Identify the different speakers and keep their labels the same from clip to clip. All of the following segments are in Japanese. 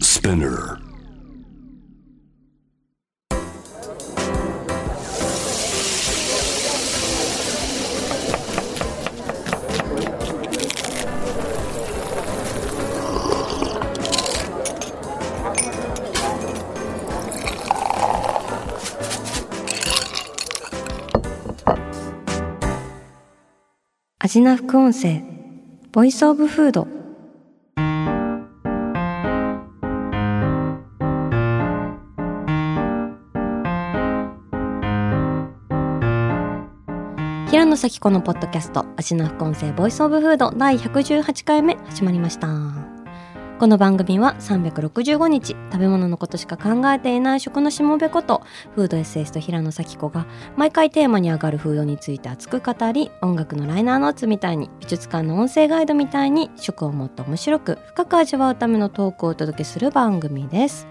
Speaker 1: Spinner.
Speaker 2: アジナ副音声ボイスオブフード平野咲子のポッドキャストアジナ副音声ボイスオブフード第118回目始まりましたこの番組は365日食べ物のことしか考えていない食のしもべことフードエッセイスト平野咲子が毎回テーマに上がるフードについて熱く語り音楽のライナーノーツみたいに美術館の音声ガイドみたいに食をもっと面白く深く味わうためのトークをお届けする番組です。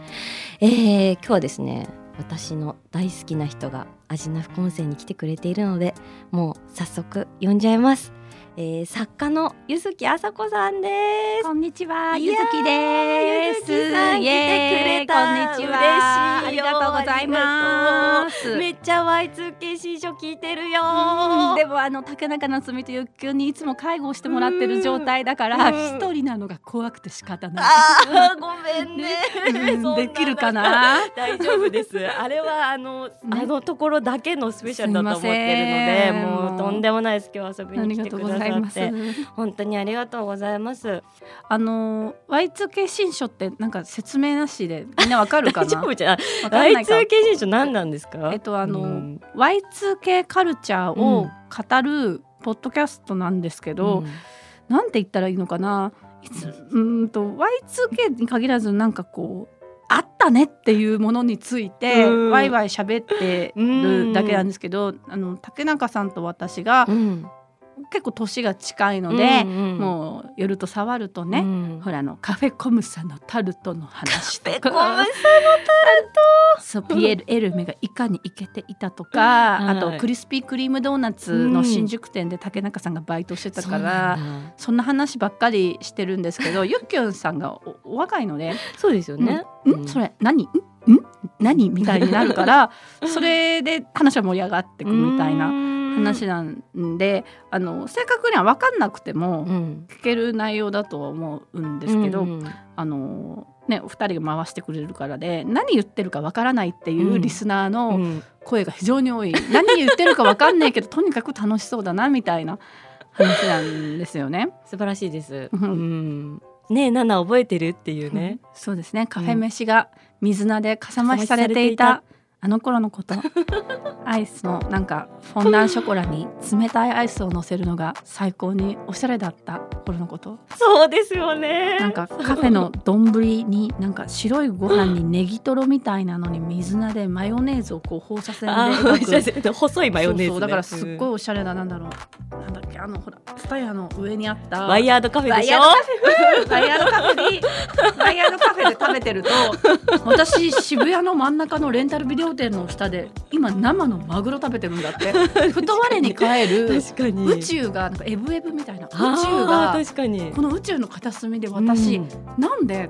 Speaker 2: えー今日はですね私の大好きな人がアジナ副音声に来てくれているのでもう早速呼んじゃいます。えー作家のゆずきあさこさんです。
Speaker 3: こんにちは、
Speaker 2: い
Speaker 3: ゆ
Speaker 2: や
Speaker 3: ず
Speaker 2: ー
Speaker 3: きです。
Speaker 2: ゆずきさん
Speaker 3: イエーイ
Speaker 2: 来てくれた
Speaker 3: こんに
Speaker 2: 嬉しい
Speaker 3: ちは。
Speaker 2: よ
Speaker 3: ありがとうございます。
Speaker 2: めっちゃ Y2K 新書聞いてるよ
Speaker 3: うん
Speaker 2: ー。
Speaker 3: でもあの竹中夏実という急にいつも介護をしてもらってる状態だから
Speaker 2: うん
Speaker 3: 一人なのが怖くて仕方ない。
Speaker 2: あーごめんね。
Speaker 3: うん
Speaker 2: そんな
Speaker 3: できるかな。
Speaker 2: 大丈夫です。あれはあの、あのところだけのスペシャルだと思って
Speaker 3: す
Speaker 2: る
Speaker 3: いません
Speaker 2: ので、もうとんでもないです。今日遊び
Speaker 3: あ
Speaker 2: に
Speaker 3: り
Speaker 2: 来
Speaker 3: が
Speaker 2: て
Speaker 3: とう
Speaker 2: く
Speaker 3: ご
Speaker 2: だ
Speaker 3: ざい
Speaker 2: さ
Speaker 3: ま
Speaker 2: っ
Speaker 3: す。
Speaker 2: て。本当にありがとうございます。
Speaker 3: あの Y2K 新書ってなんか説明なしでみんなわかるか
Speaker 2: 大
Speaker 3: な。
Speaker 2: 丈夫じゃない。
Speaker 3: わかんないか
Speaker 2: Y2K 新書何なんですか。
Speaker 3: えっとあの
Speaker 2: うん、
Speaker 3: Y2K カルチャーを語るポッドキャストなんですけど、なんて言ったらいいのかないつうーんと Y2K に限らずなんかこうあったねっていうものについて
Speaker 2: うん
Speaker 3: ワイワイ喋ってるだけなんですけどあの竹中さんと私が
Speaker 2: うん、
Speaker 3: 結構年が近いの
Speaker 2: うん
Speaker 3: で、
Speaker 2: ん
Speaker 3: もう寄ると触ると
Speaker 2: う
Speaker 3: ね、
Speaker 2: ん
Speaker 3: ほらあのカフェコムさんのタルトの話と
Speaker 2: ペ コ
Speaker 3: か
Speaker 2: ムさんの
Speaker 3: そうピエール・エルメがいかにイケていたとか、
Speaker 2: はい
Speaker 3: あとクリスピー・クリーム・ドーナツの新宿店で竹中さんがバイトしてた
Speaker 2: そうな
Speaker 3: か
Speaker 2: ん
Speaker 3: ら、
Speaker 2: だ
Speaker 3: そんな話ばっかりしてるんです けどゆっきゅんさんがおお若いので
Speaker 2: そうですよね。
Speaker 3: 「んそれ何んん何?」みたいになるから それで話は盛り上がってくみたいな話
Speaker 2: だ。
Speaker 3: なんであの正確には分かんなくても
Speaker 2: うん
Speaker 3: 聞ける内容だとは思うんですけど、
Speaker 2: うん
Speaker 3: あのね、お二人が回してくれるからで何言ってるか分からないっていうリスナー
Speaker 2: う
Speaker 3: の
Speaker 2: ん
Speaker 3: 声が非常に多い、何言ってるか分かんないけどとにかく楽しそうだなみたいな話なんですよね。
Speaker 2: 素晴らしいです。う
Speaker 3: うん
Speaker 2: ん、ねえ、ナナ覚えてるっていうね。
Speaker 3: そうですねカフェ飯が水菜でかさ増しされてい
Speaker 2: かさ増
Speaker 3: たあの頃のこと アイスのなんかフォンダンショコラに冷たいアイスを乗せるのが最高におしゃれだった頃のこと
Speaker 2: そうですよね。
Speaker 3: なんかカフェの丼になんか白いご飯にネギトロみたいなのに水菜でマヨネーズをこう放射線
Speaker 2: あ
Speaker 3: で描く
Speaker 2: ー、細いマヨネーズ、ね。
Speaker 3: そうそうだからすっごい
Speaker 2: い。
Speaker 3: おしゃれななんだろうなんだっけあのほらスタヤの上にあった
Speaker 2: ワイヤードカフェでしょ。
Speaker 3: ワイヤードカフェにワイヤードカフェで食べてると私渋谷の真ん中のレンタルビデオ店の下で今生のマグロ食べてるんだってふと我に返る
Speaker 2: 確かに。
Speaker 3: 宇宙がなんかエブエブみたいな宇
Speaker 2: あー。
Speaker 3: 宙が
Speaker 2: 確かに。
Speaker 3: この宇宙の片隅で私、
Speaker 2: うん
Speaker 3: なんで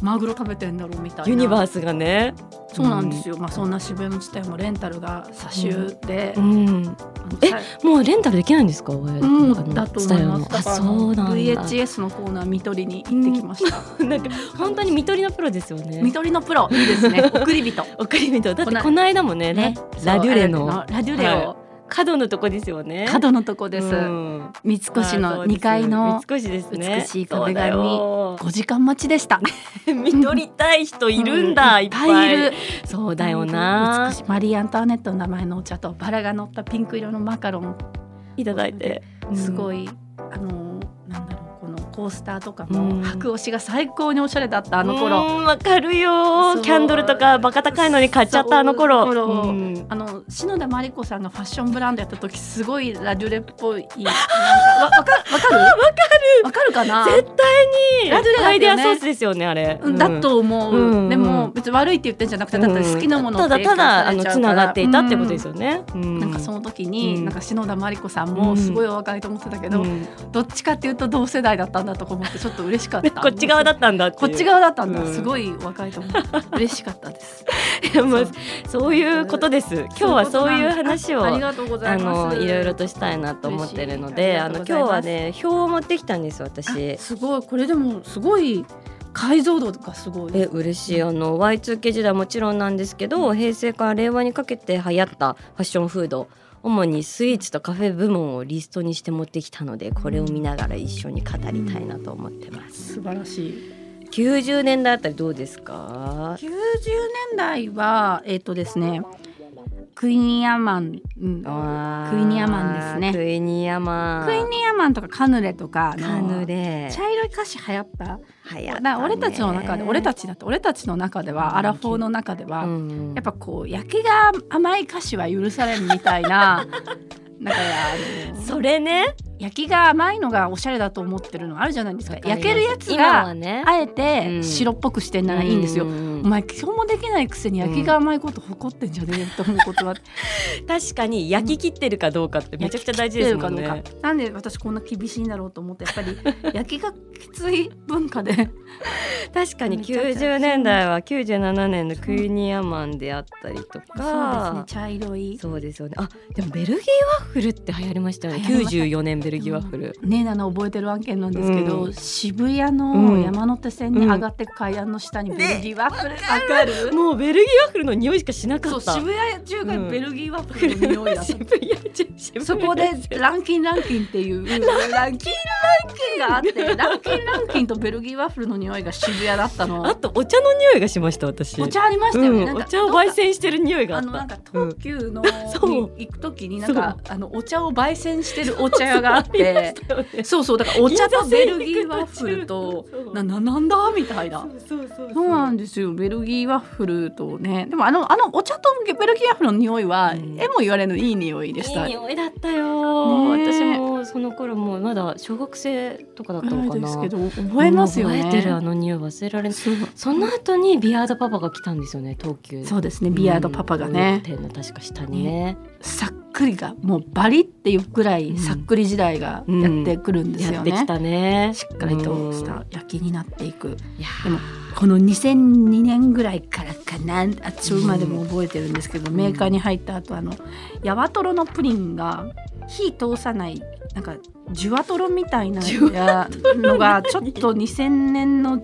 Speaker 3: マグロ食べてんだろうみたいな
Speaker 2: ユニバースがね。
Speaker 3: そうなんですよ、まあそんな渋谷の地帯もレンタルが差しで、
Speaker 2: うん。えもうレンタルできないんですか。ワイヤード
Speaker 3: う
Speaker 2: カフェ
Speaker 3: ん、
Speaker 2: の
Speaker 3: だと
Speaker 2: ス
Speaker 3: 思
Speaker 2: タイ
Speaker 3: い
Speaker 2: ル
Speaker 3: ま
Speaker 2: の
Speaker 3: す
Speaker 2: あ、
Speaker 3: だからあ
Speaker 2: そ
Speaker 3: の
Speaker 2: うなんだ。
Speaker 3: VHS のコーナー見取りに行ってきました、
Speaker 2: なんか本当に見取りのプロですよね。
Speaker 3: 見取りのプロいいです ね送り人
Speaker 2: おかりみとだって
Speaker 3: こな
Speaker 2: この間もね
Speaker 3: ね
Speaker 2: ララデュレ
Speaker 3: そう
Speaker 2: の
Speaker 3: ラデュレ
Speaker 2: は
Speaker 3: を、
Speaker 2: い角のとこですよね
Speaker 3: 角のとこです、
Speaker 2: うん
Speaker 3: 三越
Speaker 2: あーそ
Speaker 3: の
Speaker 2: うです
Speaker 3: 2階の
Speaker 2: 三越ですね
Speaker 3: 美しい壁紙
Speaker 2: そう
Speaker 3: 5時間待ちで した
Speaker 2: だよ見取りたい人いるんだ、
Speaker 3: う
Speaker 2: いっぱい
Speaker 3: いる
Speaker 2: そうだよな
Speaker 3: 美しいマリー・アントワネットの名前のお茶とバラが乗ったピンク色のマカロン
Speaker 2: いただいて
Speaker 3: すご
Speaker 2: い、
Speaker 3: い、あのなんだろうこのコースターとか
Speaker 2: うん
Speaker 3: も白押しが最高におしゃれだったあ
Speaker 2: あ
Speaker 3: の頃、
Speaker 2: わかるよ
Speaker 3: そう
Speaker 2: キャンドルとかバカ高いのに買っちゃったあの頃
Speaker 3: そうそう
Speaker 2: うん
Speaker 3: あの篠田麻里子さんがファッションブランドやった時すごいラデュレっぽいなんかわわか わかるわかるわかるかな
Speaker 2: 絶対に
Speaker 3: ラデュレだったよね
Speaker 2: アイデアソースですよねあれ、
Speaker 3: うんだと思う、
Speaker 2: うん
Speaker 3: でも別に悪いって言ってんじゃなくてだって好きなもの
Speaker 2: た
Speaker 3: を
Speaker 2: だ
Speaker 3: 提供
Speaker 2: ただ
Speaker 3: さ
Speaker 2: あ
Speaker 3: れ
Speaker 2: の
Speaker 3: ちゃ
Speaker 2: つ
Speaker 3: うから
Speaker 2: ながっていたってことです
Speaker 3: よ、
Speaker 2: よね、
Speaker 3: うんなんかそ
Speaker 2: の
Speaker 3: の時に、
Speaker 2: うん
Speaker 3: なんか篠田麻里子さんもすごいお若いと思ってたけど、どっちかっていうと同世代だったんだとか思ってちょっと嬉しかった
Speaker 2: こっち側だったんだっていう
Speaker 3: こっち側だったんだ、
Speaker 2: うん
Speaker 3: すごい若いと思う嬉しかったです
Speaker 2: いや もうそういうことです今日はそういう話を
Speaker 3: ありがとうござ
Speaker 2: あ
Speaker 3: います
Speaker 2: のいろいろとしたいなと思ってるの
Speaker 3: 嬉しい
Speaker 2: で
Speaker 3: あ
Speaker 2: あ
Speaker 3: り
Speaker 2: の
Speaker 3: がと
Speaker 2: 今
Speaker 3: う
Speaker 2: 日
Speaker 3: ござい
Speaker 2: は
Speaker 3: ます
Speaker 2: ね表を持ってきたんです私
Speaker 3: すごいこれでもすごい解像度がすごい
Speaker 2: え嬉しいあの Y2K 時代もちろんなんですけど平成から令和にかけて流行ったファッションフード主にスイーツとカフェ部門をリストにして持ってきたのでこれを見ながら一緒に語りたいなと思ってます
Speaker 3: 素晴らしい
Speaker 2: 90年代あたりどうですか
Speaker 3: 90年代はえっ、とですねクイニーアマン、うん、
Speaker 2: あ
Speaker 3: クイニアマンですね
Speaker 2: クイニアマン
Speaker 3: クイニーアマンとかカヌレとかあの
Speaker 2: カヌレ
Speaker 3: 茶色い菓子流行った
Speaker 2: 流行っ
Speaker 3: だか
Speaker 2: たね
Speaker 3: ら俺たちの中で俺たちだって俺たちの中で
Speaker 2: うん
Speaker 3: はアラフォーの中では、
Speaker 2: うん
Speaker 3: やっぱこう焼けが甘い菓子は許されるみたいな だからあの
Speaker 2: それね
Speaker 3: 焼きが甘いのがおしゃれだと思ってるのあるじゃないですか焼けるやつ
Speaker 2: 今は
Speaker 3: が
Speaker 2: ね
Speaker 3: あえ
Speaker 2: うん
Speaker 3: て白っぽくしてんならいいんですよ、
Speaker 2: う
Speaker 3: お前今日もできないくせに焼きが甘いこと誇ってんじゃねえよって思うことは
Speaker 2: 確かに焼き切ってるかどうかってめちゃくちゃ大事
Speaker 3: 出
Speaker 2: です
Speaker 3: る
Speaker 2: も
Speaker 3: か
Speaker 2: ん
Speaker 3: どうか、
Speaker 2: ね。
Speaker 3: なんで私こんな厳しいんだろうと思ってやっぱ り焼きがきつい文化で
Speaker 2: 確かに
Speaker 3: めちゃくちゃ
Speaker 2: 90年代は97年のクイニアマンであったりと
Speaker 3: そう
Speaker 2: か
Speaker 3: ですね茶色い
Speaker 2: そうですよねあでもベルギーワッフルって流行りましたよね
Speaker 3: 流行りました
Speaker 2: 94年ベルギーワッフル、
Speaker 3: ねえなの覚えてる案件なんですけど、
Speaker 2: うん
Speaker 3: 渋谷
Speaker 2: うん
Speaker 3: の山手線に上がってく階段の下にベルギーワッフル、わかる
Speaker 2: もうベルギーワッフルの匂いしかしなか
Speaker 3: そう
Speaker 2: った
Speaker 3: 渋谷中
Speaker 2: う
Speaker 3: が
Speaker 2: ん
Speaker 3: ベルギーワッフルの匂いだった
Speaker 2: 渋谷じゃ渋谷
Speaker 3: そこでランキンランキンっていうランキンランキンがあってランキンランキンとベルギーワッフルの匂いが渋谷だった
Speaker 2: あ
Speaker 3: の
Speaker 2: とお茶の匂いがしました私
Speaker 3: お茶ありましたよね、
Speaker 2: う
Speaker 3: なん
Speaker 2: ん、
Speaker 3: か
Speaker 2: お茶を焙煎してる匂いがあ
Speaker 3: あ
Speaker 2: っ
Speaker 3: の
Speaker 2: た
Speaker 3: なんか東急 の
Speaker 2: そう
Speaker 3: に行く時になんか
Speaker 2: そ
Speaker 3: あのお茶を焙煎してるお茶屋があって
Speaker 2: そうありましたよね
Speaker 3: そうそうだからお茶とベルギーワッフルと
Speaker 2: そう
Speaker 3: なななんだみたいな
Speaker 2: そうそうそう
Speaker 3: そうなんですよベルギーワッフルとねでもあのあのお茶とベルギーワッフルの匂いは、
Speaker 2: うん
Speaker 3: えも言われぬいい匂いでした
Speaker 2: いい匂いだったよ、
Speaker 3: ねえ
Speaker 2: 私もその頃もうまだ小学生とかだったのか
Speaker 3: です
Speaker 2: な
Speaker 3: けど覚えますよね
Speaker 2: 覚えてるあの匂い忘れられないその後にビアードパパが来たんですよね東急
Speaker 3: そうですねビアードパパがね、
Speaker 2: うん、の確か下にね
Speaker 3: さっくりがもうバリっていうぐら
Speaker 2: う
Speaker 3: い
Speaker 2: ん
Speaker 3: さっくり時代がやってくるんです
Speaker 2: や
Speaker 3: よ
Speaker 2: っ
Speaker 3: ね、
Speaker 2: てきたね
Speaker 3: しっかりとし
Speaker 2: うん
Speaker 3: た焼きになっていく、
Speaker 2: いや
Speaker 3: でもこの2002年ぐらいからかなあちょまでも覚えてるんですけど、
Speaker 2: うん
Speaker 3: メーカーに入った後あのヤワトロのプリンが火通さないなんかジュワトロみたいな
Speaker 2: ジュ
Speaker 3: のがちょっと2000年の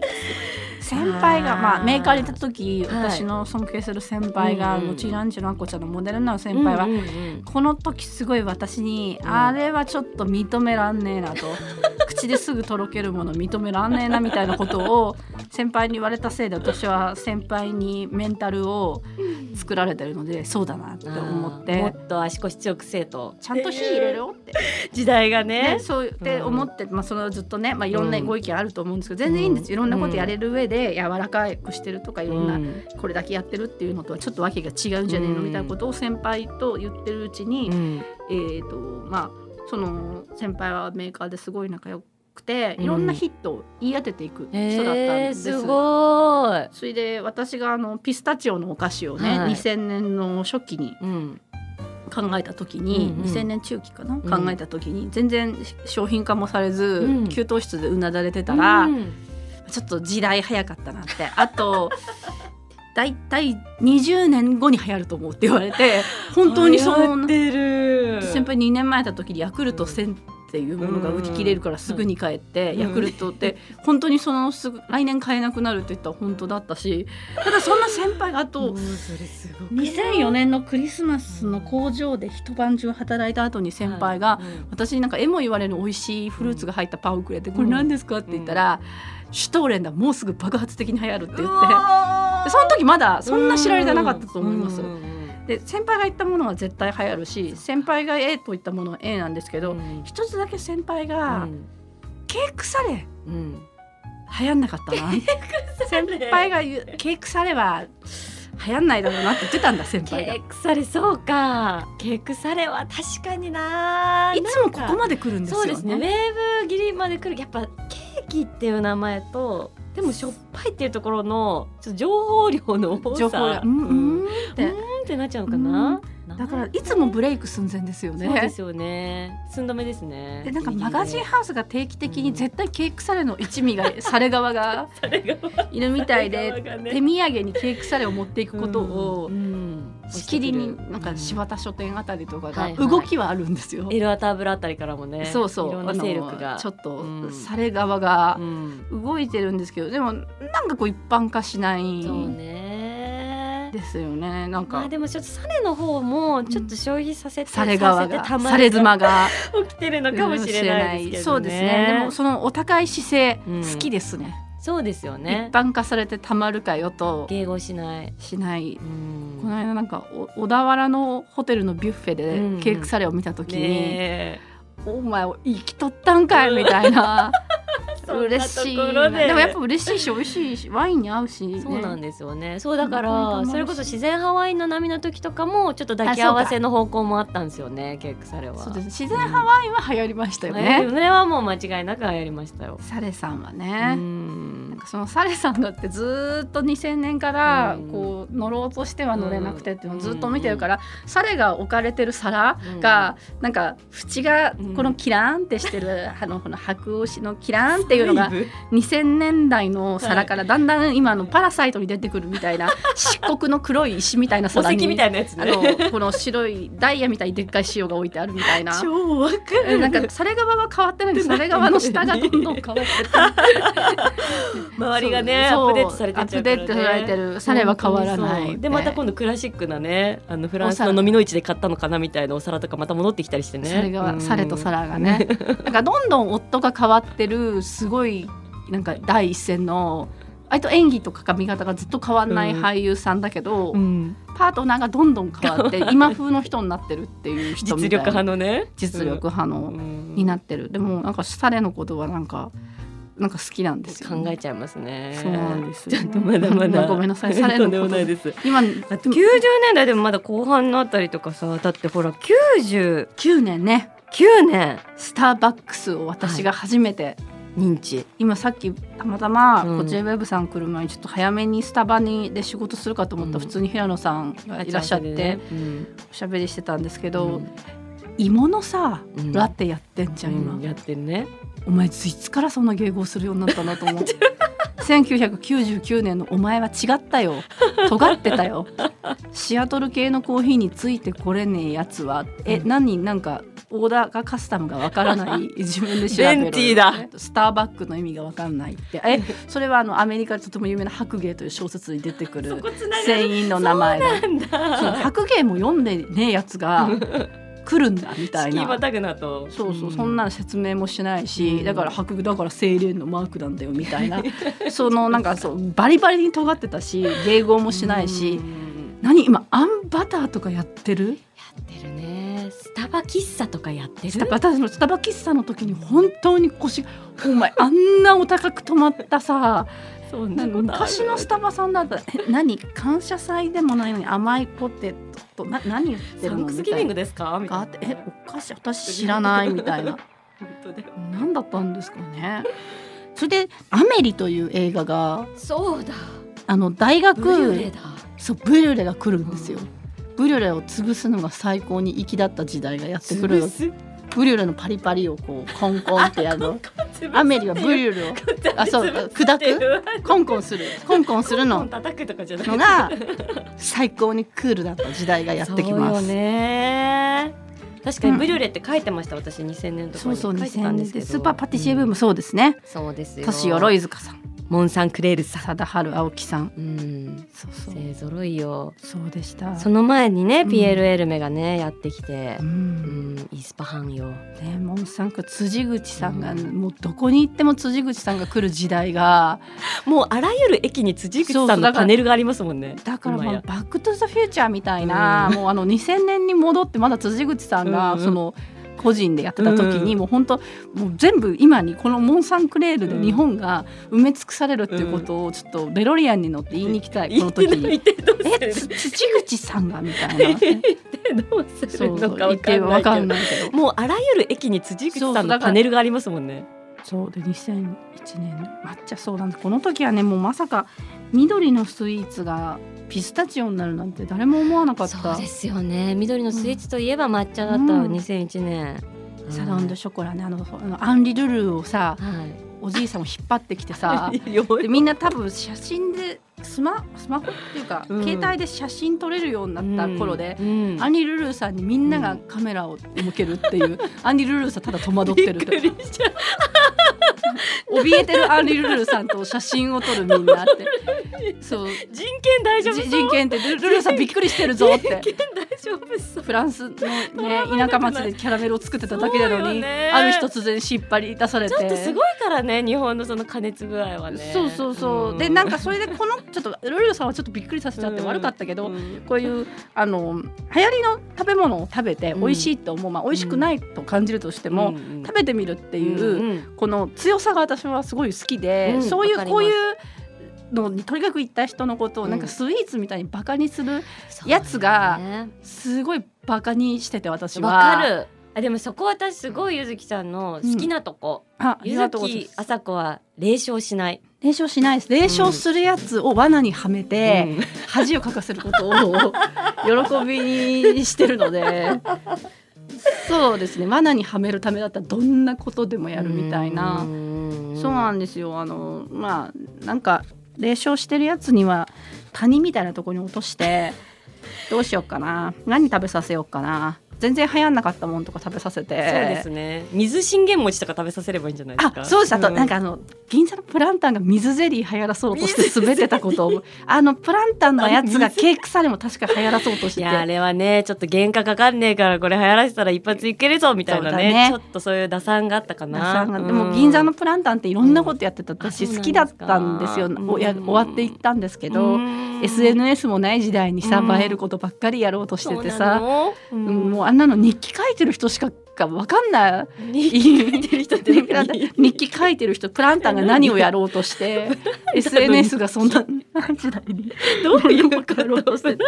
Speaker 3: 先輩が
Speaker 2: あー
Speaker 3: まあ、メーカーにいた時、
Speaker 2: はい
Speaker 3: 私の尊敬する先輩が、
Speaker 2: うんうん
Speaker 3: のちランチのあんこちゃんのモデルなの先輩は、
Speaker 2: うんうんうん
Speaker 3: この時すごい私に、
Speaker 2: うん
Speaker 3: あれはちょっと認めらんねえなと口ですぐとろけるもの認めらんねえなみたいなことを先輩に言われたせいで私は先輩にメンタルを作られてるのでそうだなって思っ
Speaker 2: あーも
Speaker 3: て
Speaker 2: っと足腰強くせえと
Speaker 3: ちゃんと火入れるよって、
Speaker 2: 時代が
Speaker 3: ね
Speaker 2: ね
Speaker 3: そうって思って、まあ、そのずっとね、まあ、いろんな
Speaker 2: うん
Speaker 3: ご意見あると思うんですけど全然いいんですよいろんなことやれる上で柔らかくしてるとかいろんな
Speaker 2: うん
Speaker 3: これだけやってるっていうのとはちょっと訳が違うんじゃねえのみたいなことを先輩と言ってるうちに。
Speaker 2: うん
Speaker 3: えーとまあ、その先輩はメーカーですごい仲良くて
Speaker 2: うん
Speaker 3: いろんなヒットを言い当てていく人だったん
Speaker 2: えー、
Speaker 3: です。
Speaker 2: すごーい、
Speaker 3: それで私があのピスタチオのお菓子をね、
Speaker 2: はい
Speaker 3: 2000年の初期に
Speaker 2: うん、
Speaker 3: 考えた時に、
Speaker 2: うんうん
Speaker 3: 2000年中期かな、
Speaker 2: ん
Speaker 3: 考えた時に全然商品化もされず、
Speaker 2: うん
Speaker 3: 給湯室でうなだれてたら、
Speaker 2: うん
Speaker 3: ちょっと時代早かったなってあと だいたい20年後に流行ると思うって言われて本当にそ
Speaker 2: 流行
Speaker 3: の
Speaker 2: ってる
Speaker 3: 先輩2年前やった時にヤクルト1000っていうものが売り切れるからすぐに帰って、
Speaker 2: うん
Speaker 3: ヤクルトって本当にそのすぐ来年買えなくなるって言ったら本当だったしただそんな先輩があと
Speaker 2: もうそれすごくない
Speaker 3: 2004年のクリスマスの工場で一晩中働いた後に先輩が、私になんか絵も言われる美味しいフルーツが入ったパンをくれて「これ何ですか?」って言ったら「シュトーレンだもうすぐ爆発的に流行る」って言ってその時まだそんな知られてなかったと思います。
Speaker 2: うんうん
Speaker 3: で先輩が言ったものは絶対流行るし先輩が A と言ったものは A なんですけど、
Speaker 2: うん
Speaker 3: 一つだけ先輩が、ケークサレ
Speaker 2: うん
Speaker 3: 流行んなか ったな先輩が言うケークサレは流行んないだろうなって言ってたんだ先
Speaker 2: ケ
Speaker 3: 輩がい
Speaker 2: ークサレそうかケークサレは確かにな
Speaker 3: つもここまで来るんですよ
Speaker 2: そう
Speaker 3: ね
Speaker 2: ですね名物ギリまで来るやっぱケーキっていう名前とでもしょっぱいっていうところのちょっと情報量の多さ
Speaker 3: 情報がうん、
Speaker 2: う
Speaker 3: うんんって
Speaker 2: うんってなっちゃうのかな、
Speaker 3: うんだからいつもブレイク寸前ですよ
Speaker 2: そうで
Speaker 3: ね。
Speaker 2: すよね。寸止めですね。
Speaker 3: でなんか
Speaker 2: ギリ
Speaker 3: マ
Speaker 2: ギリ
Speaker 3: ガジンハウスが定期的に絶対ケークサレの一味がされ側が
Speaker 2: それが
Speaker 3: いるみた いで、
Speaker 2: され側がね
Speaker 3: 手土産にケークサレを持っていくことを
Speaker 2: うんうん
Speaker 3: しきりになん
Speaker 2: う
Speaker 3: か
Speaker 2: ん
Speaker 3: 柴田書店あたりとか
Speaker 2: は
Speaker 3: が
Speaker 2: いはい
Speaker 3: 動きはあるんですよ。
Speaker 2: エルアターブラあたりからもね。
Speaker 3: そうそう
Speaker 2: いろんな勢力
Speaker 3: あ
Speaker 2: が
Speaker 3: のちょっ
Speaker 2: う
Speaker 3: と
Speaker 2: ん
Speaker 3: され側が
Speaker 2: うん
Speaker 3: 動いてるんですけど、でもなんかこう一般化しない
Speaker 2: そうね。
Speaker 3: ですよね。なん
Speaker 2: ま
Speaker 3: か
Speaker 2: あでもちょっとサレの方もちょっと消費させて、
Speaker 3: され側
Speaker 2: させ
Speaker 3: が
Speaker 2: てたま
Speaker 3: され妻が
Speaker 2: 起きてる のかもしれないですけどね。
Speaker 3: そうですね。でもそのお高い姿勢
Speaker 2: うん
Speaker 3: 好きですね。
Speaker 2: そうですよね
Speaker 3: 一。般化されてたまるかよと
Speaker 2: 迎合しない。
Speaker 3: しない。
Speaker 2: うん
Speaker 3: この間なんかお小田原のホテルのビュッフェ
Speaker 2: うん
Speaker 3: でケークサレを見た時に、
Speaker 2: ねえ
Speaker 3: お前を生きとったんかいみたいな
Speaker 2: そんな
Speaker 3: 嬉しい
Speaker 2: ところ
Speaker 3: な
Speaker 2: で
Speaker 3: でもやっぱ嬉しいし美味しいしワインに合うし、ね、
Speaker 2: そうなんですよね。そうだか
Speaker 3: 本当
Speaker 2: ら
Speaker 3: に
Speaker 2: それこそ自然ハワイの波の時とかもちょっと抱き合わせの方向もあったんですよね。ケークサレは。
Speaker 3: そうです自然ハワイは流行りましたよ
Speaker 2: ね。
Speaker 3: ね、
Speaker 2: それはもう間違いなく流行りましたよ。
Speaker 3: サレさんは
Speaker 2: う
Speaker 3: ね、なん
Speaker 2: ん。
Speaker 3: かそのサレさんだってずーっと2000年から
Speaker 2: うん
Speaker 3: こう乗ろうとしては乗れなくてっていうのをずっと見てるか
Speaker 2: う
Speaker 3: らサレが置かれてる皿がなんか縁が
Speaker 2: うん
Speaker 3: このキラーンってしてるあのこの白押しのキラーンっていうのが
Speaker 2: ライブ
Speaker 3: 2000年代の皿からだんだん今のパラサイトに出てくるみ たいな漆黒の黒い石みたいな
Speaker 2: お
Speaker 3: 皿に
Speaker 2: 席みたいなやつ
Speaker 3: あ
Speaker 2: ね。。
Speaker 3: のこの白いダイヤみたいにでっかい塩が置いてあるみたいな
Speaker 2: 超わか
Speaker 3: え
Speaker 2: る。
Speaker 3: なんかサレ側は変わってないんですサレ側の下がどんどん変わってて
Speaker 2: 周りがねア
Speaker 3: そ
Speaker 2: ッ
Speaker 3: う
Speaker 2: プデートされてっちゃうからね
Speaker 3: アップデートされてるサレは変わらな
Speaker 2: そうそ
Speaker 3: いう
Speaker 2: でまた今度クラシックなねあのフランス
Speaker 3: お
Speaker 2: の
Speaker 3: 皿
Speaker 2: 飲みの市で買ったのかなみたいなお皿とかまた戻ってきたりしてね
Speaker 3: それがサレとサ
Speaker 2: ラ
Speaker 3: ラがねなんかどんどん夫が変わってるすごいなんか第一線のあと演技とか髪型がずっと変わんない俳優さんだけど、
Speaker 2: うん、
Speaker 3: パートナーがどんどん変わって今風の人になってるっていう人
Speaker 2: 実
Speaker 3: み
Speaker 2: 力
Speaker 3: た
Speaker 2: 派
Speaker 3: いな
Speaker 2: のね
Speaker 3: 実力派のに
Speaker 2: に
Speaker 3: なってるでもなんかサレのことはなんかなんか好きなんですよね、
Speaker 2: 考えちゃいますね
Speaker 3: そうなんです
Speaker 2: ち
Speaker 3: よ
Speaker 2: ょっとまだまだ
Speaker 3: ごめんなさいサレ
Speaker 2: と
Speaker 3: の
Speaker 2: ん
Speaker 3: こ
Speaker 2: でも
Speaker 3: と
Speaker 2: ないです
Speaker 3: 今
Speaker 2: だって90年代でもまだ後半のあたりとかさだってほら99
Speaker 3: 9年ね
Speaker 2: 年
Speaker 3: スターバックスを私が初めて、
Speaker 2: 認知
Speaker 3: 今さっきたまたま、
Speaker 2: うん
Speaker 3: こう JWEB さん来る前にちょっと早めにスタバにで仕事するかと思ったら
Speaker 2: うん
Speaker 3: 普通に平野さんがいらっしゃって、
Speaker 2: うん
Speaker 3: おしゃべりしてたんですけ
Speaker 2: う
Speaker 3: ど、
Speaker 2: ん
Speaker 3: 芋のさ
Speaker 2: うん
Speaker 3: ラテやってんじゃん今、
Speaker 2: うんやってるね
Speaker 3: お前いつからそんな迎合するようにな ったなと思って1999年の「お前は違ったよ尖ってたよシアトル系のコーヒーについてこれねえやつはえ
Speaker 2: うん
Speaker 3: 何なんかオーダーがカスタムがわからない 自分で調べろよ
Speaker 2: ベンティーだ
Speaker 3: スターバックの意味がわかんないってえそれはあのアメリカでとても有名な「白芸」という小説に出てく る
Speaker 2: つ
Speaker 3: 船員の名前だ
Speaker 2: なんだ
Speaker 3: その白芸も読んでねえやつが来るんだ みたい
Speaker 2: 敷居
Speaker 3: な
Speaker 2: ま。たぐなと
Speaker 3: そうそう、そんな説明もしないし、
Speaker 2: うん
Speaker 3: だから白だから精霊のマークなんだよみたいな そのなんかそうバリバリに尖ってたし迎合もしないし、
Speaker 2: うん
Speaker 3: 何今あんバターとかやってる
Speaker 2: やってるねスタバ喫茶とかやってる
Speaker 3: スタバ私のスタバ喫茶の時に本当に腰お前あんなお高く止まったさ
Speaker 2: そんな
Speaker 3: なんか
Speaker 2: ことある
Speaker 3: 昔のスタバさんだったらえ何感謝祭でもないのに甘いポテトとな何言って
Speaker 2: サ
Speaker 3: る
Speaker 2: ン
Speaker 3: の
Speaker 2: クス
Speaker 3: み
Speaker 2: ギ
Speaker 3: た
Speaker 2: ビ
Speaker 3: い
Speaker 2: ング
Speaker 3: な
Speaker 2: ですかみ
Speaker 3: があ
Speaker 2: た
Speaker 3: っ
Speaker 2: い
Speaker 3: て
Speaker 2: な
Speaker 3: えおかしい私知らないみたいな。
Speaker 2: 本当だよ
Speaker 3: 何だったんですかね。 それで「アメリ」という映画が
Speaker 2: そうだ
Speaker 3: あの大
Speaker 2: ブ
Speaker 3: 学
Speaker 2: リュレだ
Speaker 3: そうブリュレが来るんですよ。ブリュレを潰すのが最高に粋だった時代がやってくる
Speaker 2: 潰す
Speaker 3: ブリュレのパリパリをこうコンコンってやる
Speaker 2: 潰
Speaker 3: アメリはブリュレを
Speaker 2: す
Speaker 3: あそう
Speaker 2: 潰す
Speaker 3: 砕く
Speaker 2: っていう
Speaker 3: コンコンするコンコンするの
Speaker 2: 叩くとかじゃない
Speaker 3: のが最高にクールだった時代がやってきま
Speaker 2: そう
Speaker 3: す。
Speaker 2: よね確かにブリュレって書いてました私2000年とか
Speaker 3: そう
Speaker 2: に
Speaker 3: そ
Speaker 2: 書
Speaker 3: う
Speaker 2: いてたん
Speaker 3: 2000
Speaker 2: です
Speaker 3: 年
Speaker 2: け
Speaker 3: で
Speaker 2: ど
Speaker 3: スーパーパティシエブームそうですね
Speaker 2: そうですよ
Speaker 3: 年鎧塚さん
Speaker 2: モンサンクレールさん
Speaker 3: 貞治青木さん
Speaker 2: うん
Speaker 3: そうそう
Speaker 2: 勢ぞろいよ
Speaker 3: そうでした
Speaker 2: その前にね、
Speaker 3: うん
Speaker 2: ピエール・エルメがねやってきて
Speaker 3: う、
Speaker 2: うんん、イスパハンよ
Speaker 3: ね、モンさんか辻口さんが、
Speaker 2: うん
Speaker 3: もうどこに行っても辻口さんが来る時代が
Speaker 2: もうあらゆる駅に辻口
Speaker 3: そう
Speaker 2: さ
Speaker 3: そ
Speaker 2: ん
Speaker 3: う
Speaker 2: の
Speaker 3: だから
Speaker 2: パネルがありますもんね
Speaker 3: だから、
Speaker 2: 今
Speaker 3: まあ、
Speaker 2: や
Speaker 3: バック・トゥ・ザ・フューチャーみたいな、もうあの2000年に戻ってまだ辻口さんが、
Speaker 2: うんうん
Speaker 3: その個人でやってた時
Speaker 2: うんう
Speaker 3: に、もう本当もう全部今にこのモン・サンクレールで日本が埋め尽くされるっていうことをちょっとデロリアンに乗って言いに行きたい、こ
Speaker 2: 言っ
Speaker 3: の
Speaker 2: て
Speaker 3: 時
Speaker 2: ない言
Speaker 3: に。
Speaker 2: ってどう
Speaker 3: え
Speaker 2: す
Speaker 3: つ
Speaker 2: る
Speaker 3: 辻口さんがみた いな
Speaker 2: 言ってどうす
Speaker 3: そ
Speaker 2: る
Speaker 3: うそ
Speaker 2: の
Speaker 3: う
Speaker 2: か
Speaker 3: 言
Speaker 2: わ
Speaker 3: って
Speaker 2: かんな
Speaker 3: わ
Speaker 2: いけど
Speaker 3: かんないけど
Speaker 2: もうあらゆる駅に辻口
Speaker 3: そ
Speaker 2: さ
Speaker 3: うそ
Speaker 2: んの
Speaker 3: うだから
Speaker 2: パネルがありますもんね
Speaker 3: そうで2001年の抹茶そうなんですこの時はねもうまさか緑のスイーツがピスタチオになるなんて誰も思わなかった
Speaker 2: そうですよね緑のスイーツといえば抹茶だった、
Speaker 3: うん
Speaker 2: 2001年、うん
Speaker 3: サロンドショコラねあのあのアンリ・ルルーをさ
Speaker 2: はい
Speaker 3: おじいさんを引っ張ってき てさでみ
Speaker 2: みん
Speaker 3: んな多分写真でスマスマホっていうか、
Speaker 2: うん
Speaker 3: 携帯で写真撮れるようになった頃で、
Speaker 2: うん
Speaker 3: アンリ・ルルーさんにみんながカメラを向けるっていう、 アンリ・ルルーさんただ戸惑ってるって
Speaker 2: びっくりしちゃう
Speaker 3: 怯えてるアンリ・ルルーさんと写真を撮るみんなってそう
Speaker 2: 人権大丈夫そう
Speaker 3: じ人権ってルルルーさんびっくりしてるぞって
Speaker 2: 人権大丈夫そう
Speaker 3: フランスの、ね
Speaker 2: トラブルじゃない
Speaker 3: 田舎町でキャラメルを作ってただけなの
Speaker 2: そうよ
Speaker 3: に、
Speaker 2: ね
Speaker 3: ある日突然引っ張り出されて
Speaker 2: ちょっとすごいからね日本のその加熱具合はね
Speaker 3: そうそうそう、でなんかそれでこのちょっとルルーさんはちょっとびっくりさせちゃって
Speaker 2: うん
Speaker 3: 悪かったけど、
Speaker 2: うん
Speaker 3: こういうあの流行りの食べ物を食べて
Speaker 2: うん
Speaker 3: 美味しいと思う、まあ美味しくないと感じるとしても、
Speaker 2: うんうん
Speaker 3: 食べてみるっていう、
Speaker 2: うんうん
Speaker 3: この強さが私はすごい好きで、
Speaker 2: うん
Speaker 3: そうい
Speaker 2: わか
Speaker 3: う
Speaker 2: り
Speaker 3: こ
Speaker 2: ます
Speaker 3: ういうのにとにかく行った人のことをなんかスイーツみたいにバカにする、やつが
Speaker 2: そうね
Speaker 3: すごいバカにしてて私は。
Speaker 2: わかるあでもそこ私すごいゆずきちゃんの好きなとこ、
Speaker 3: ああり
Speaker 2: ゆ
Speaker 3: が
Speaker 2: ず
Speaker 3: とうござい
Speaker 2: き
Speaker 3: ます
Speaker 2: あさこは冷笑しない、
Speaker 3: 冷笑しないです冷笑するやつを罠にはめて、
Speaker 2: うん
Speaker 3: 恥をかかせることを 喜びにしてるのでそうですね罠にはめるためだったらどんなことでもやるみたいなそうなんですよあのまあなんか冷笑してるやつには谷みたいなところに落としてどうしようかな何食べさせようかな全然流行んなかったもんとか食べさせて
Speaker 2: そうですね水信玄餅とか食べさせればいいんじゃないですか
Speaker 3: あそうですあと、なんか
Speaker 2: う
Speaker 3: あの銀座のプランタンが水ゼリー流行らそうとして滑ってたことをあのプランタンのやつがケークサレも確か流行らそうとし
Speaker 2: い
Speaker 3: て
Speaker 2: やあれはねちょっと原価かかんねえからこれ流行らせたら一発いけるぞみたいなねち
Speaker 3: そ
Speaker 2: ょ
Speaker 3: う
Speaker 2: っとそういう打算があったかな
Speaker 3: さんが
Speaker 2: うん
Speaker 3: でも銀座のプランタンっていろんなことやってた私
Speaker 2: うんあ
Speaker 3: 好きだった
Speaker 2: そうなん
Speaker 3: ん
Speaker 2: で
Speaker 3: ですす
Speaker 2: か
Speaker 3: よおや
Speaker 2: うん
Speaker 3: 終わっていったんですけ
Speaker 2: う
Speaker 3: ど
Speaker 2: ん
Speaker 3: SNS もない時代にさ
Speaker 2: うん
Speaker 3: 映えることばっかりやろうとしてて
Speaker 2: そうな
Speaker 3: さ
Speaker 2: のう
Speaker 3: うんんもうあんなの日記書いてる人しかかわかんない
Speaker 2: 日記書いてる人って
Speaker 3: 日記日記書いてる人プランタンが何をやろうとして SNS がそんな 時代に
Speaker 2: どういうこ
Speaker 3: やろう
Speaker 2: と
Speaker 3: と
Speaker 2: し
Speaker 3: してて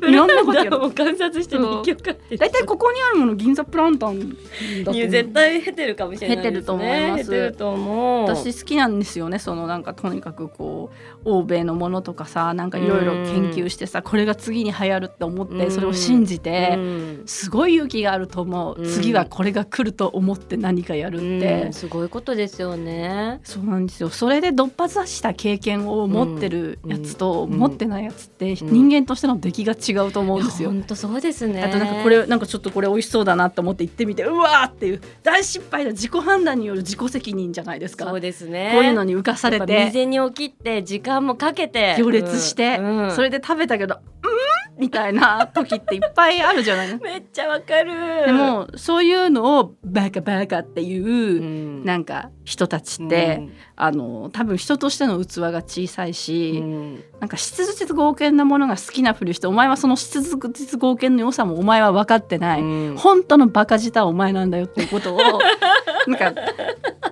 Speaker 2: ブランダーを観察して日記を書いてる
Speaker 3: 大体ここにあるもの銀座プランタンだと
Speaker 2: いや絶対減ってるかもしれないですね
Speaker 3: 減ってると思います
Speaker 2: 減ってると思う
Speaker 3: 私好きなんですよねそのなんかとにかくこう欧米のものとかさなんかいろいろ研究してさこれが次に流行るって思っ
Speaker 2: うん
Speaker 3: てそれを信じ
Speaker 2: う
Speaker 3: て
Speaker 2: ん
Speaker 3: すごい勇気があると思
Speaker 2: う
Speaker 3: うん次はこれが来ると思って何かやるって
Speaker 2: うんすごいことですよね
Speaker 3: そうなんですよそれでどっぱずした経験を持ってるやつと
Speaker 2: うん
Speaker 3: 持ってないやつって
Speaker 2: うん
Speaker 3: 人間としての出来が違うと思うんですよ。
Speaker 2: 本当そうですね
Speaker 3: あとなんかこれなんかちょっとこれ美味しそうだなと思って行ってみてうわーっていう大失敗だ自己判断による自己責任じゃないですか
Speaker 2: そうですね
Speaker 3: こういうのに浮かされ
Speaker 2: やっぱ未
Speaker 3: て
Speaker 2: 然に起きて時間もかけて
Speaker 3: 行列して、
Speaker 2: うんうん
Speaker 3: それで食べたけどうんみたいな時っていっぱいあるじゃないですか
Speaker 2: めっちゃわかる
Speaker 3: でもそういうのをバカバカっていうう、
Speaker 2: ん
Speaker 3: なんか人たちって、あの多分人としての器が小さい
Speaker 2: うん
Speaker 3: し、
Speaker 2: うん
Speaker 3: なんか質実剛健なものが好きなふりしてお前はその質実剛健の良さもお前は分かってない、
Speaker 2: うん
Speaker 3: 本当のバカ舌はお前なんだよっていうことをなんか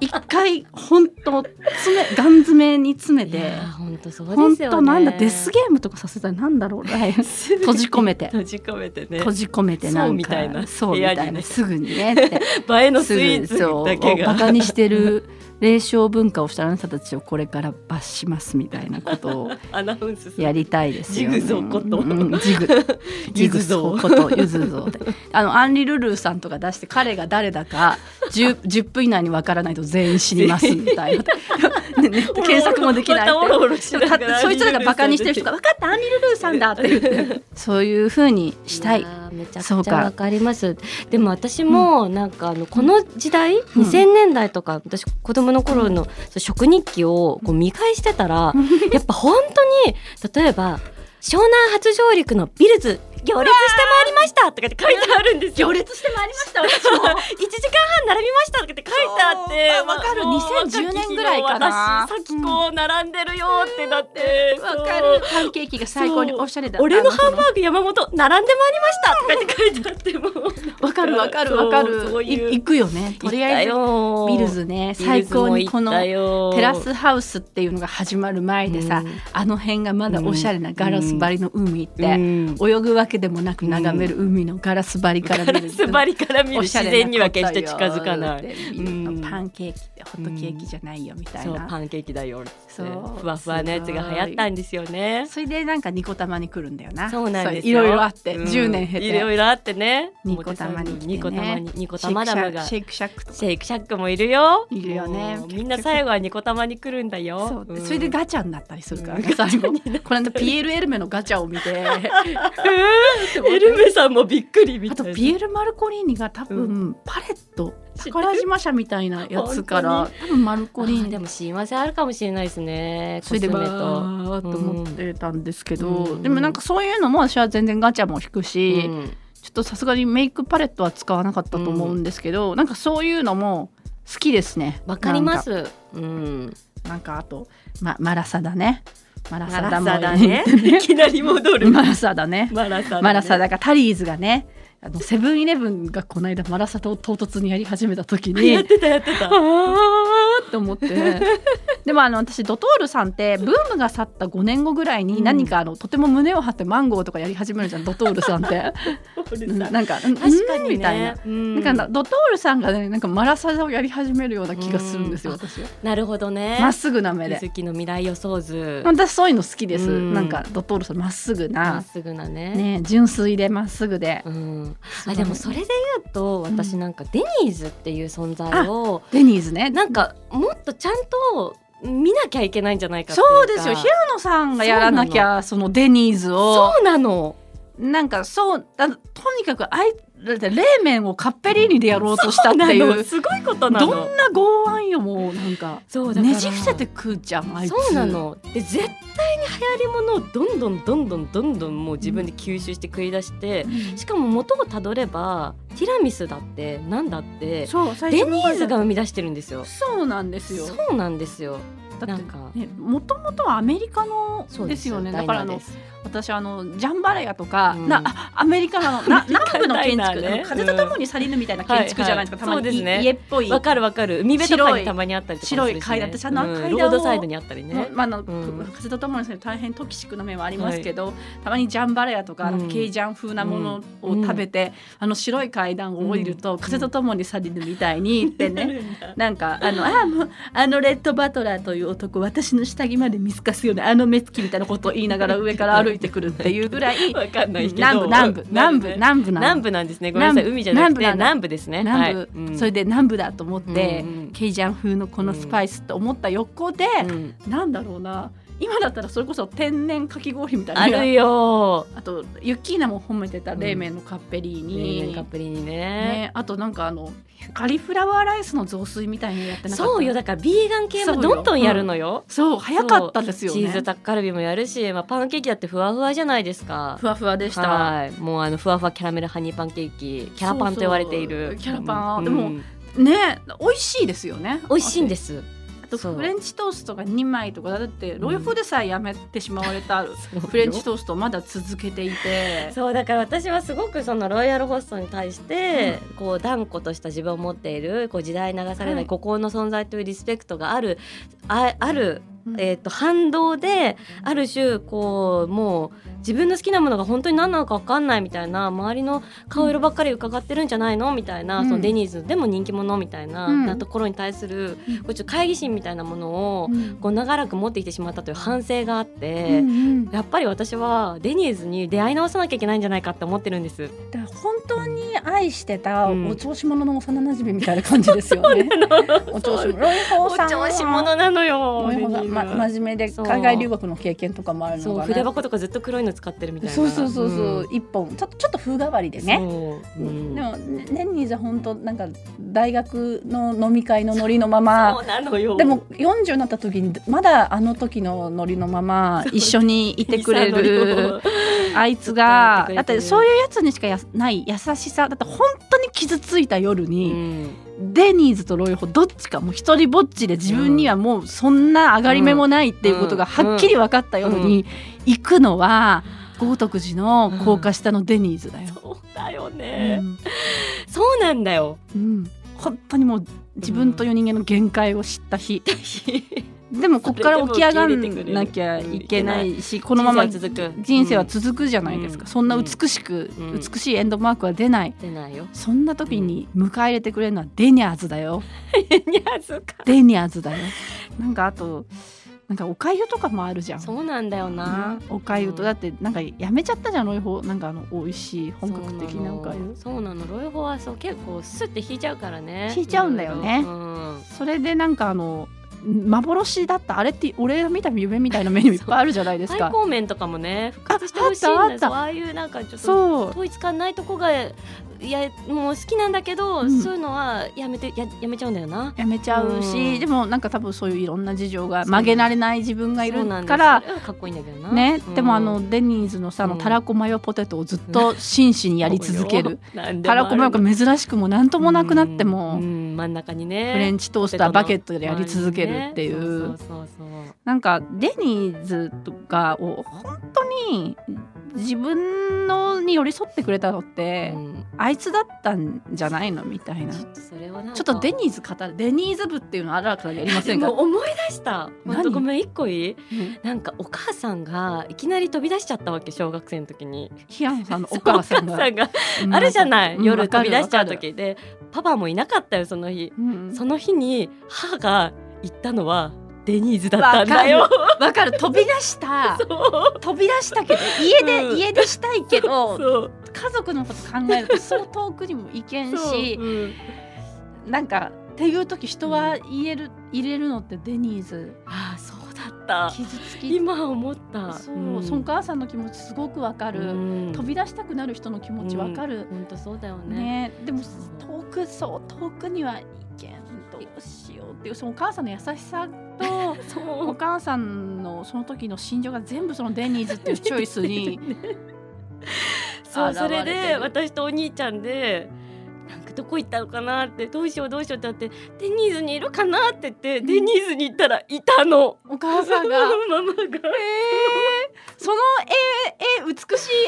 Speaker 3: 一回本当詰めガン詰めに詰め
Speaker 2: い
Speaker 3: て
Speaker 2: や本当そうですよ
Speaker 3: 本
Speaker 2: ね
Speaker 3: 当なんだデスゲームとかさせたらなんだろうライン 閉じ込め て。
Speaker 2: 閉じ込めてね
Speaker 3: 閉じ込めてなんか
Speaker 2: そうみたいな
Speaker 3: そうみたい
Speaker 2: 部屋
Speaker 3: な、
Speaker 2: にね
Speaker 3: すぐにねって
Speaker 2: 映え の
Speaker 3: す
Speaker 2: スイ
Speaker 3: ぐ
Speaker 2: ーツだ
Speaker 3: そう
Speaker 2: け
Speaker 3: バ
Speaker 2: が
Speaker 3: カにしてる霊障文化をしたあなたたちをこれから罰しますみたいなことを
Speaker 2: アナウンスする
Speaker 3: やりたいですよ、
Speaker 2: ジグゾーこと
Speaker 3: うんジ グジグゾーことゆずぞうであのアンリルルーさんとか出して彼が誰だか 10, 10分以内に分からないと全員死にますみたいな、ねね検索もできな
Speaker 2: ま
Speaker 3: い
Speaker 2: たオロオロしな
Speaker 3: でも
Speaker 2: が
Speaker 3: か
Speaker 2: ら
Speaker 3: そいつらがバカにしてる人が「分かったアンリルルーさんだ」って言ってそういうふうにしたい。
Speaker 2: やーめちゃ
Speaker 3: そ
Speaker 2: く
Speaker 3: う
Speaker 2: ちゃ
Speaker 3: か
Speaker 2: わかりますでも私もなんかあのこの時代、
Speaker 3: ん
Speaker 2: 2000年代とか私子供の頃のそう食日記をこう見返してたら、やっぱ本当に例えば湘南初上陸のビルズ行列してまいりましたとかって書いてあるんですよ。
Speaker 3: 行
Speaker 2: 1
Speaker 3: 列してまいりました
Speaker 2: 時
Speaker 3: 私も
Speaker 2: 間半並びましたとかって書いてあって
Speaker 3: そうわかる
Speaker 2: もう
Speaker 3: 2010年ぐらいかな
Speaker 2: 若き日の私さっきこう並んでるよってなって、そう
Speaker 3: わかるパンケーキが最高におしゃれだ
Speaker 2: 俺の
Speaker 3: あそ
Speaker 2: ハンバーグ山本並んでまいりましたとかって書いてあってもう
Speaker 3: わかるわかるわか
Speaker 2: そう
Speaker 3: る
Speaker 2: そう
Speaker 3: い
Speaker 2: いう
Speaker 3: 行くよねとりあえず
Speaker 2: ず
Speaker 3: ビルズね最高にこのテ
Speaker 2: テ
Speaker 3: ラスハウスっていうのが始まる前でさ、
Speaker 2: うん
Speaker 3: あの辺がまだおしゃれなガラス張りの海行って、
Speaker 2: うん
Speaker 3: 泳ぐわけでもなく眺める海のガラス張りから見
Speaker 2: ガ
Speaker 3: る
Speaker 2: ラス張りから見る
Speaker 3: おしゃ
Speaker 2: 自
Speaker 3: れな
Speaker 2: 然には決して近づか
Speaker 3: こ
Speaker 2: な
Speaker 3: と
Speaker 2: い。
Speaker 3: よって見る
Speaker 2: うん
Speaker 3: パンケーキってホットケーキじゃないよみたい
Speaker 2: そう
Speaker 3: な、
Speaker 2: パンケーキだよっつって
Speaker 3: そう
Speaker 2: ふわふわのやつが流行ったんですよね。
Speaker 3: それでなんかニコ玉に来るんだよな
Speaker 2: そうなんです
Speaker 3: い
Speaker 2: よ
Speaker 3: ろいろあって、
Speaker 2: うん
Speaker 3: 10年経
Speaker 2: いろ
Speaker 3: て
Speaker 2: いろあってね。
Speaker 3: ニコ玉に来てね
Speaker 2: ニコ玉にニコ
Speaker 3: シェイ
Speaker 2: 玉
Speaker 3: クシ
Speaker 2: 玉
Speaker 3: ャ
Speaker 2: が
Speaker 3: クシェイクシャクとか
Speaker 2: シェイクシャックもいるよ。
Speaker 3: いるよね
Speaker 2: もうみんな最後はニコ玉に来るんだよ。
Speaker 3: そう、
Speaker 2: うん
Speaker 3: それでガチャになったりするからね、最後この間ピエール・エルメのガチャを見て
Speaker 2: エルメさんもびっくりみた
Speaker 3: あ
Speaker 2: い
Speaker 3: と
Speaker 2: な。
Speaker 3: ピエール・マルコリーニが多分、
Speaker 2: う
Speaker 3: パレット
Speaker 2: 知ってる
Speaker 3: 宝島社みたい なやつから多分マルコリー
Speaker 2: あー
Speaker 3: ニ
Speaker 2: で
Speaker 3: で
Speaker 2: も幸せあるかもしれないですね。
Speaker 3: それで
Speaker 2: コ
Speaker 3: バ
Speaker 2: スメと。
Speaker 3: ーっと思ってたんですけど、
Speaker 2: うん
Speaker 3: でもなんかそういうのも私は全然ガチャも引くし、
Speaker 2: うん
Speaker 3: ちょっとさすがにメイクパレットは使わなかったと思うんですけど、なんかそういうのも好きですね。
Speaker 2: わかります。うん。
Speaker 3: なんかなんかあと、ま、マラサダね。マラサダも
Speaker 2: マラサダねいきなり戻 る。
Speaker 3: マラサダね。
Speaker 2: マラサダね
Speaker 3: マラサダがタリーズがねあのセブンイレブンがこの間マラサダを唐突にやり始めた時
Speaker 2: やっ
Speaker 3: に
Speaker 2: てたやってた。
Speaker 3: あーって 思ってでもあの私ドトールさんってブームが去った5年後ぐらいに何かあの、とても胸を張ってマンゴーとかやり始めるじゃんドトールさんって。うんなんか確
Speaker 2: 確かにね、
Speaker 3: みたいな。
Speaker 2: うん
Speaker 3: なんかなドトールさんがねなんかマラサダをやり始めるような気がするんですよ
Speaker 2: うん
Speaker 3: 私は
Speaker 2: なるほどね。
Speaker 3: まっすぐな目
Speaker 2: ゆ
Speaker 3: で
Speaker 2: ずきの未来予想図。
Speaker 3: 私そういうの好きです
Speaker 2: うん
Speaker 3: なんかドトールさんまっすぐ
Speaker 2: まっ
Speaker 3: な
Speaker 2: すぐなね。
Speaker 3: ね純粋でまっすぐで
Speaker 2: うん、
Speaker 3: ご
Speaker 2: あ
Speaker 3: い
Speaker 2: でもそれで言うと
Speaker 3: ん
Speaker 2: 私なんかデニーズっていう存在を、
Speaker 3: デニーズね
Speaker 2: なんかもっとちゃんと見なきゃいけないんじゃないかっていうか
Speaker 3: そうですよ平野さんがやらなきゃそのデニーズを
Speaker 2: そうなの
Speaker 3: なんかそうあのとにかくあいだって冷麺をカッペリーニでやろうとしたっていう
Speaker 2: なのすごいことなの
Speaker 3: どんな剛腕よもうなんか
Speaker 2: そうだから
Speaker 3: ねじ伏せてくじゃんあいつ
Speaker 2: そうなので絶対に流行りものをどんどんどんどんどんどんもう自分で吸収して繰り出してしかも元をたどればティラミスだってなんだって
Speaker 3: そう最
Speaker 2: デ
Speaker 3: 初の
Speaker 2: ニ
Speaker 3: 方
Speaker 2: ーズが生み出してるんですよ
Speaker 3: そうなんですよ
Speaker 2: そうなんですよ
Speaker 3: だ
Speaker 2: な
Speaker 3: っ
Speaker 2: ん
Speaker 3: て
Speaker 2: か
Speaker 3: ねもともとはアメリカの
Speaker 2: そう
Speaker 3: ですよねだからあ
Speaker 2: ダイナー
Speaker 3: の
Speaker 2: です
Speaker 3: 私あのジャンバラヤとか、
Speaker 2: うん
Speaker 3: なあアメリカのな南部の建
Speaker 2: ダイナー
Speaker 3: 築、
Speaker 2: ねうん
Speaker 3: 風とともに去りぬみたいな建築じゃないですか、
Speaker 2: はいは
Speaker 3: たま
Speaker 2: い
Speaker 3: に、
Speaker 2: そうですね
Speaker 3: 家っぽい
Speaker 2: わかるわかる海辺とか
Speaker 3: 白
Speaker 2: に
Speaker 3: い
Speaker 2: たまにあったりとかもするし、ね、
Speaker 3: 白い階段私あの
Speaker 2: うん
Speaker 3: 階段を
Speaker 2: ロードサイドにあった り
Speaker 3: も
Speaker 2: ね
Speaker 3: う、まああの
Speaker 2: ん
Speaker 3: 風とともにそれ大変トキシクな面はありますけど、たまにジャンバラヤとか、
Speaker 2: うん
Speaker 3: ケイジャン風なものを食べて、あの白い階段を降りる
Speaker 2: う
Speaker 3: と、
Speaker 2: ん
Speaker 3: 風とともに去りぬみたいにってね、
Speaker 2: ね
Speaker 3: なんかあのあもうあのレッドバトラーという男私の下着まで見透かすようなあの目つきみたいなことを言い ながら上から歩いてくるっていうぐら い
Speaker 2: わかんないけど
Speaker 3: 南部南部南
Speaker 2: 南
Speaker 3: 部南部
Speaker 2: 部
Speaker 3: な
Speaker 2: 南
Speaker 3: の
Speaker 2: 部なんですねごめんなさい
Speaker 3: 南部
Speaker 2: 海じゃなくて
Speaker 3: 南部なんだ
Speaker 2: 南部ですね
Speaker 3: 南部、
Speaker 2: はいうん
Speaker 3: それで南部だと思って、
Speaker 2: うんうん
Speaker 3: ケイジャン風のこのスパイスと思った横で、
Speaker 2: うん
Speaker 3: なんだろうな今だったらそれこそ天然かき氷みたいな
Speaker 2: あるよ
Speaker 3: あとユッキーナも褒めてた冷麺のカッペリー
Speaker 2: ね
Speaker 3: ニ、
Speaker 2: カップリにね
Speaker 3: ね、あとなんかあのカリフラワーライスの雑炊みたいにやってなかった
Speaker 2: そうよだからビーガン系も
Speaker 3: そうよ
Speaker 2: どんどんやるのよ
Speaker 3: そう早かったですよね
Speaker 2: チーズタッカルビもやるし、まあ、パンケーキだってふわふわじゃないですか
Speaker 3: ふわふわでした、
Speaker 2: はいもうあのふわふわキャラメルハニーパンケーキキャラパンと言われている
Speaker 3: そうそうキャラパン
Speaker 2: うん
Speaker 3: でも
Speaker 2: うん
Speaker 3: ね美味しいですよね
Speaker 2: 美味しいんですす
Speaker 3: あと
Speaker 2: そう
Speaker 3: フレンチトーストが2枚とかだってロイフでさえやめてしまわれたフ
Speaker 2: フ
Speaker 3: レンチトーストをまだ続けていて
Speaker 2: そうだから私はすごくそのロイヤルホストに対して、こう断固とした自分を持っているこう時代に流されな
Speaker 3: はいい
Speaker 2: 孤高の存在というリスペクトがあるあある、
Speaker 3: うん
Speaker 2: えー、と反動である種こうもう自分の好きなものが本当に何なのか分かんないみたいな周りの顔色ばっかり伺ってるんじゃないのみたいな、
Speaker 3: うん
Speaker 2: そのデニーズでも人気者みたいな,、
Speaker 3: うん
Speaker 2: なところに対する
Speaker 3: うん
Speaker 2: こうちょっと懐疑心みたいなものを、
Speaker 3: うん
Speaker 2: こう長らく持ってきてしまったという反省があって。
Speaker 3: うんうんだ
Speaker 2: やっぱり私はデニーズに出会い直さなきゃいけないんじゃないかって思ってるん です。
Speaker 3: から本当に愛してた
Speaker 2: うん
Speaker 3: お調子者の幼馴染みたいな感じですよね。お調子者ロイホ
Speaker 2: お
Speaker 3: ーさんは
Speaker 2: 調子者なのよ。
Speaker 3: ロイ
Speaker 2: デ
Speaker 3: ホ
Speaker 2: ニ
Speaker 3: ーさんま
Speaker 2: ーズ
Speaker 3: 真面目で海外留学の経験とかもあるの
Speaker 2: そう
Speaker 3: が
Speaker 2: 筆
Speaker 3: ね。
Speaker 2: 箱とかずっと黒いの使ってるみたいな。
Speaker 3: そうそうそうそう
Speaker 2: う
Speaker 3: 一本ちょっとちょっと風変わりで
Speaker 2: ん。
Speaker 3: ね。
Speaker 2: そう。うん
Speaker 3: でもね年にじゃ本当なんか大学の飲み会のノリのまま
Speaker 2: そうなのよ。
Speaker 3: でも40になった時にまだあの時のノリのまま一緒にいてく れる
Speaker 2: い
Speaker 3: あいつが
Speaker 2: ずっといてくれてる
Speaker 3: だってそういうやつにしかやない優しさだって本当に傷ついた夜
Speaker 2: い
Speaker 3: に、
Speaker 2: のよ。
Speaker 3: デニーズとロイホどっちかもう一人ぼっちで自分にはもうそんな上がり目もないっていうことが
Speaker 2: うん
Speaker 3: はっきり分かった夜に行くのは豪徳寺の高架下のデニーズだよ。
Speaker 2: そうだよ
Speaker 3: う
Speaker 2: ね。
Speaker 3: ん
Speaker 2: そうなんだよ。
Speaker 3: うん、本当にもう自分という人間の限界を知った日、でもここから起き上がんなきゃいけないしこのまま
Speaker 2: 人生は続く
Speaker 3: 人生は続くじゃないですか、
Speaker 2: うん
Speaker 3: そんな美しく、
Speaker 2: うん
Speaker 3: 美しいエンドマークは出ない
Speaker 2: 出ない よ
Speaker 3: そんな時に迎え入れてくれるのはデニャーズだよ
Speaker 2: ニャズか
Speaker 3: デニャーズだよ なんかあとなんかおかゆとかもあるじゃん
Speaker 2: そうなんだよな
Speaker 3: おかゆとだってなんかやめちゃったじゃんロイホなんかあの美味しい本格的なおかゆ
Speaker 2: そうなのそうなのロイホはそう結構スッて引いちゃうからね
Speaker 3: 引いちゃうんだよね
Speaker 2: いろいろうん
Speaker 3: それでなんかあの幻だったあれって俺が見た夢みたいなメニューいっぱいあるじゃないです
Speaker 2: 最
Speaker 3: か
Speaker 2: 高面とかもね復活してほしいん
Speaker 3: ああ
Speaker 2: だ
Speaker 3: っ
Speaker 2: よ
Speaker 3: たあった
Speaker 2: そうああいうなんかちょっと
Speaker 3: そう
Speaker 2: 統一感ないとこがいやもう好きなんだけど、
Speaker 3: うん
Speaker 2: そういうのはやめてややめちゃうんだよな
Speaker 3: やめちゃうし、
Speaker 2: うん
Speaker 3: でもなんか多分そういういろんな事情が
Speaker 2: そうな
Speaker 3: 曲
Speaker 2: ん
Speaker 3: げられない自分がい
Speaker 2: そう
Speaker 3: る
Speaker 2: なんだ
Speaker 3: か
Speaker 2: よ
Speaker 3: ら
Speaker 2: それはかっこいいんだけどな
Speaker 3: ね、
Speaker 2: うん
Speaker 3: でもあのデニーズのさあの
Speaker 2: うん
Speaker 3: たらこマヨポテトをずっと真摯にやり続けるたらこマヨが
Speaker 2: も
Speaker 3: 珍しくも何ともなくなって
Speaker 2: う
Speaker 3: も、
Speaker 2: んうん真ん中にね
Speaker 3: フレンチトースターバケットでやり続けるってい
Speaker 2: 周りに
Speaker 3: う
Speaker 2: ねそうそうそうそう
Speaker 3: なんかデニーズとかを本当に自分のに寄り添ってくれたのって、
Speaker 2: うん
Speaker 3: あいつだったんじゃないのみたいな
Speaker 2: ちょっ
Speaker 3: ち
Speaker 2: とそれはなんか
Speaker 3: ょっとデニーズ語るデニーズ部っていうのあらからやりませんか
Speaker 2: もう思い出した
Speaker 3: 何
Speaker 2: ほんとごめん一個いいなんかお母さんがいきなり飛び出しちゃったわけ小学生の時に
Speaker 3: 平野さ んのお母さん
Speaker 2: お
Speaker 3: が
Speaker 2: 母さんがあるじゃない、
Speaker 3: うん
Speaker 2: 夜
Speaker 3: わか
Speaker 2: 飛
Speaker 3: る
Speaker 2: び出しちゃう時でパパもいなかったよその日、
Speaker 3: うん
Speaker 2: その日に母が行ったのはデニーズだったんだよ
Speaker 3: わかる飛び出し た
Speaker 2: そう
Speaker 3: 飛び出したけど家で、
Speaker 2: うん
Speaker 3: 家でしたいけど
Speaker 2: そう
Speaker 3: 家族のこと考えるとそう遠くにも行けん
Speaker 2: そう
Speaker 3: し
Speaker 2: うん
Speaker 3: なんかっていう時人は言える、入れるのってデニーズ
Speaker 2: ああそうだった
Speaker 3: 傷つき
Speaker 2: 今思った
Speaker 3: そう、
Speaker 2: ん
Speaker 3: そのお母さんの気持ちすごくわかる、
Speaker 2: うん
Speaker 3: 飛び出したくなる人の気持ちわかる、
Speaker 2: ほんとそうだよね
Speaker 3: ねでも
Speaker 2: そう
Speaker 3: 遠くそう遠くには行けんどうしようっていうそのお母さんの優しさと
Speaker 2: そう
Speaker 3: お母さんのその時の心情が全部そのデニーズっていうチョイス に
Speaker 2: そう
Speaker 3: 現れ
Speaker 2: そ
Speaker 3: て
Speaker 2: れ
Speaker 3: る
Speaker 2: で私とお兄ちゃんでなんかどこ行ったのかなってどうしようどうしようってなってデニーズにいるかなって言ってデニーズに行ったらいたの
Speaker 3: お母さんが。
Speaker 2: ママが
Speaker 3: えーその絵絵美し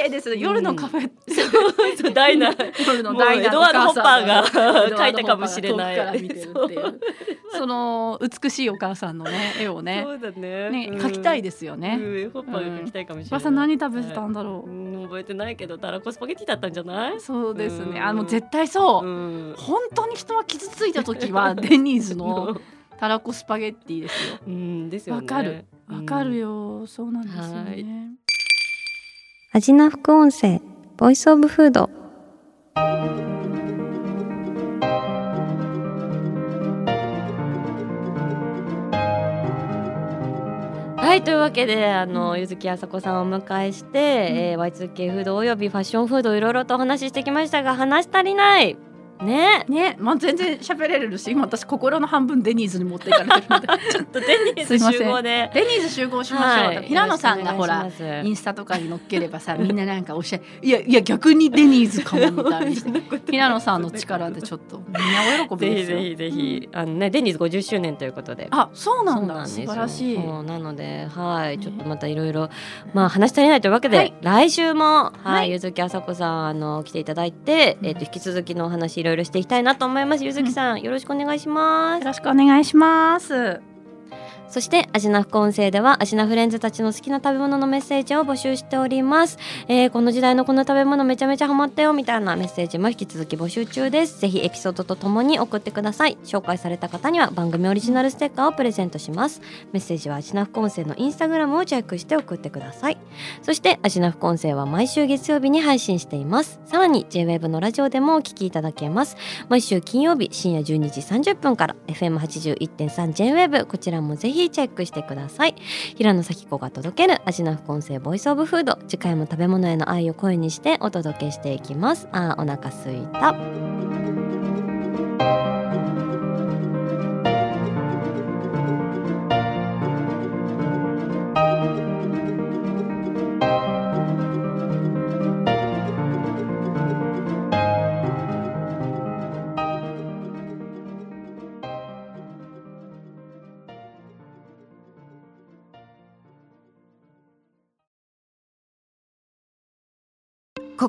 Speaker 3: い絵ですね夜のカフ ェ、
Speaker 2: そうそうダイナー
Speaker 3: 夜
Speaker 2: も
Speaker 3: の
Speaker 2: う
Speaker 3: ダイナ
Speaker 2: エドワード・ホッパーが
Speaker 3: 描
Speaker 2: 描いたかもしれない
Speaker 3: から見てるっていうその美しいお母さんのね絵をね
Speaker 2: そうだね
Speaker 3: ね
Speaker 2: うん
Speaker 3: 描きたいですよね、
Speaker 2: うんホッパーが描きたいかもしれない
Speaker 3: お母さん何食べてたんだろ
Speaker 2: う
Speaker 3: う、
Speaker 2: ん覚えてないけどたらこスパゲティだったんじゃない
Speaker 3: そうです
Speaker 2: う
Speaker 3: ね、
Speaker 2: ん
Speaker 3: あの絶対そう、
Speaker 2: ん
Speaker 3: 本当に人は傷ついた時はデニー ズのたらこスパゲッティですよ
Speaker 2: うんですよね
Speaker 3: わかるわかる
Speaker 2: よ
Speaker 3: よ、そうなんですよ
Speaker 2: はい
Speaker 3: ね
Speaker 2: 味な副音声ボイスオブフードはいというわけであの柚木あさこさんをお迎えして、えー Y2K フードおよびファッションフードいろいろとお話ししてきましたが話足りない ね
Speaker 3: ね、まあ、全然喋れるし今私心の半分デニーズに持っていかれてるみたいちょっと
Speaker 2: デニーズ
Speaker 3: すいません
Speaker 2: 集合で
Speaker 3: デニーズ集合しましょう、平野さんがほらイ
Speaker 2: イ
Speaker 3: ンスタとかに載っければさみんななんかおしゃれ いやいや逆にデニーズかもみたい に して平野さんの力でちょっとみんなお喜
Speaker 2: ぜ
Speaker 3: びで
Speaker 2: ひ
Speaker 3: すよ
Speaker 2: ぜひぜひあのねデニーズ50周年ということで
Speaker 3: あそうなんだ
Speaker 2: です
Speaker 3: 素
Speaker 2: よ
Speaker 3: 晴らしい
Speaker 2: そうなので、はい、
Speaker 3: ね
Speaker 2: ちょっとまたいろいろ、まあ話し足りないというわけで、
Speaker 3: はい
Speaker 2: 来週も、はい、
Speaker 3: はい
Speaker 2: ゆずきあさこさん、あの来ていただいて、
Speaker 3: うん
Speaker 2: えっ、と引き続きのお話いろいろしていきたいなと思います。ゆずきさん、よろしくお願いしま
Speaker 3: よ
Speaker 2: す。
Speaker 3: ろしくお願いします
Speaker 2: そして、アジナ副音声では、アジナフレンズたちの好きな食べ物のメッセージを募集しております。えーこの時代のこの食べ物めちゃめちゃハマったよみたいなメッセージも引き続き募集中です。ぜひエピソードとともに送ってください。紹介された方には番組オリジナルステッカーをプレゼントします。メッセージはアジナフ音声のインスタグラムをチェックして送ってください。そして、アジナフ音声は毎週月曜日に配信しています。さらに JWEB のラジオでもお聞きいただけます。毎週金曜日深夜12時30分から FM81.3JWEB こちらもぜひチェックしてください。平野咲子が届けるアジナフ音声ボイスオブフード次回も食べ物への愛を声にしてお届けしていきますあーお腹すいた
Speaker 1: こ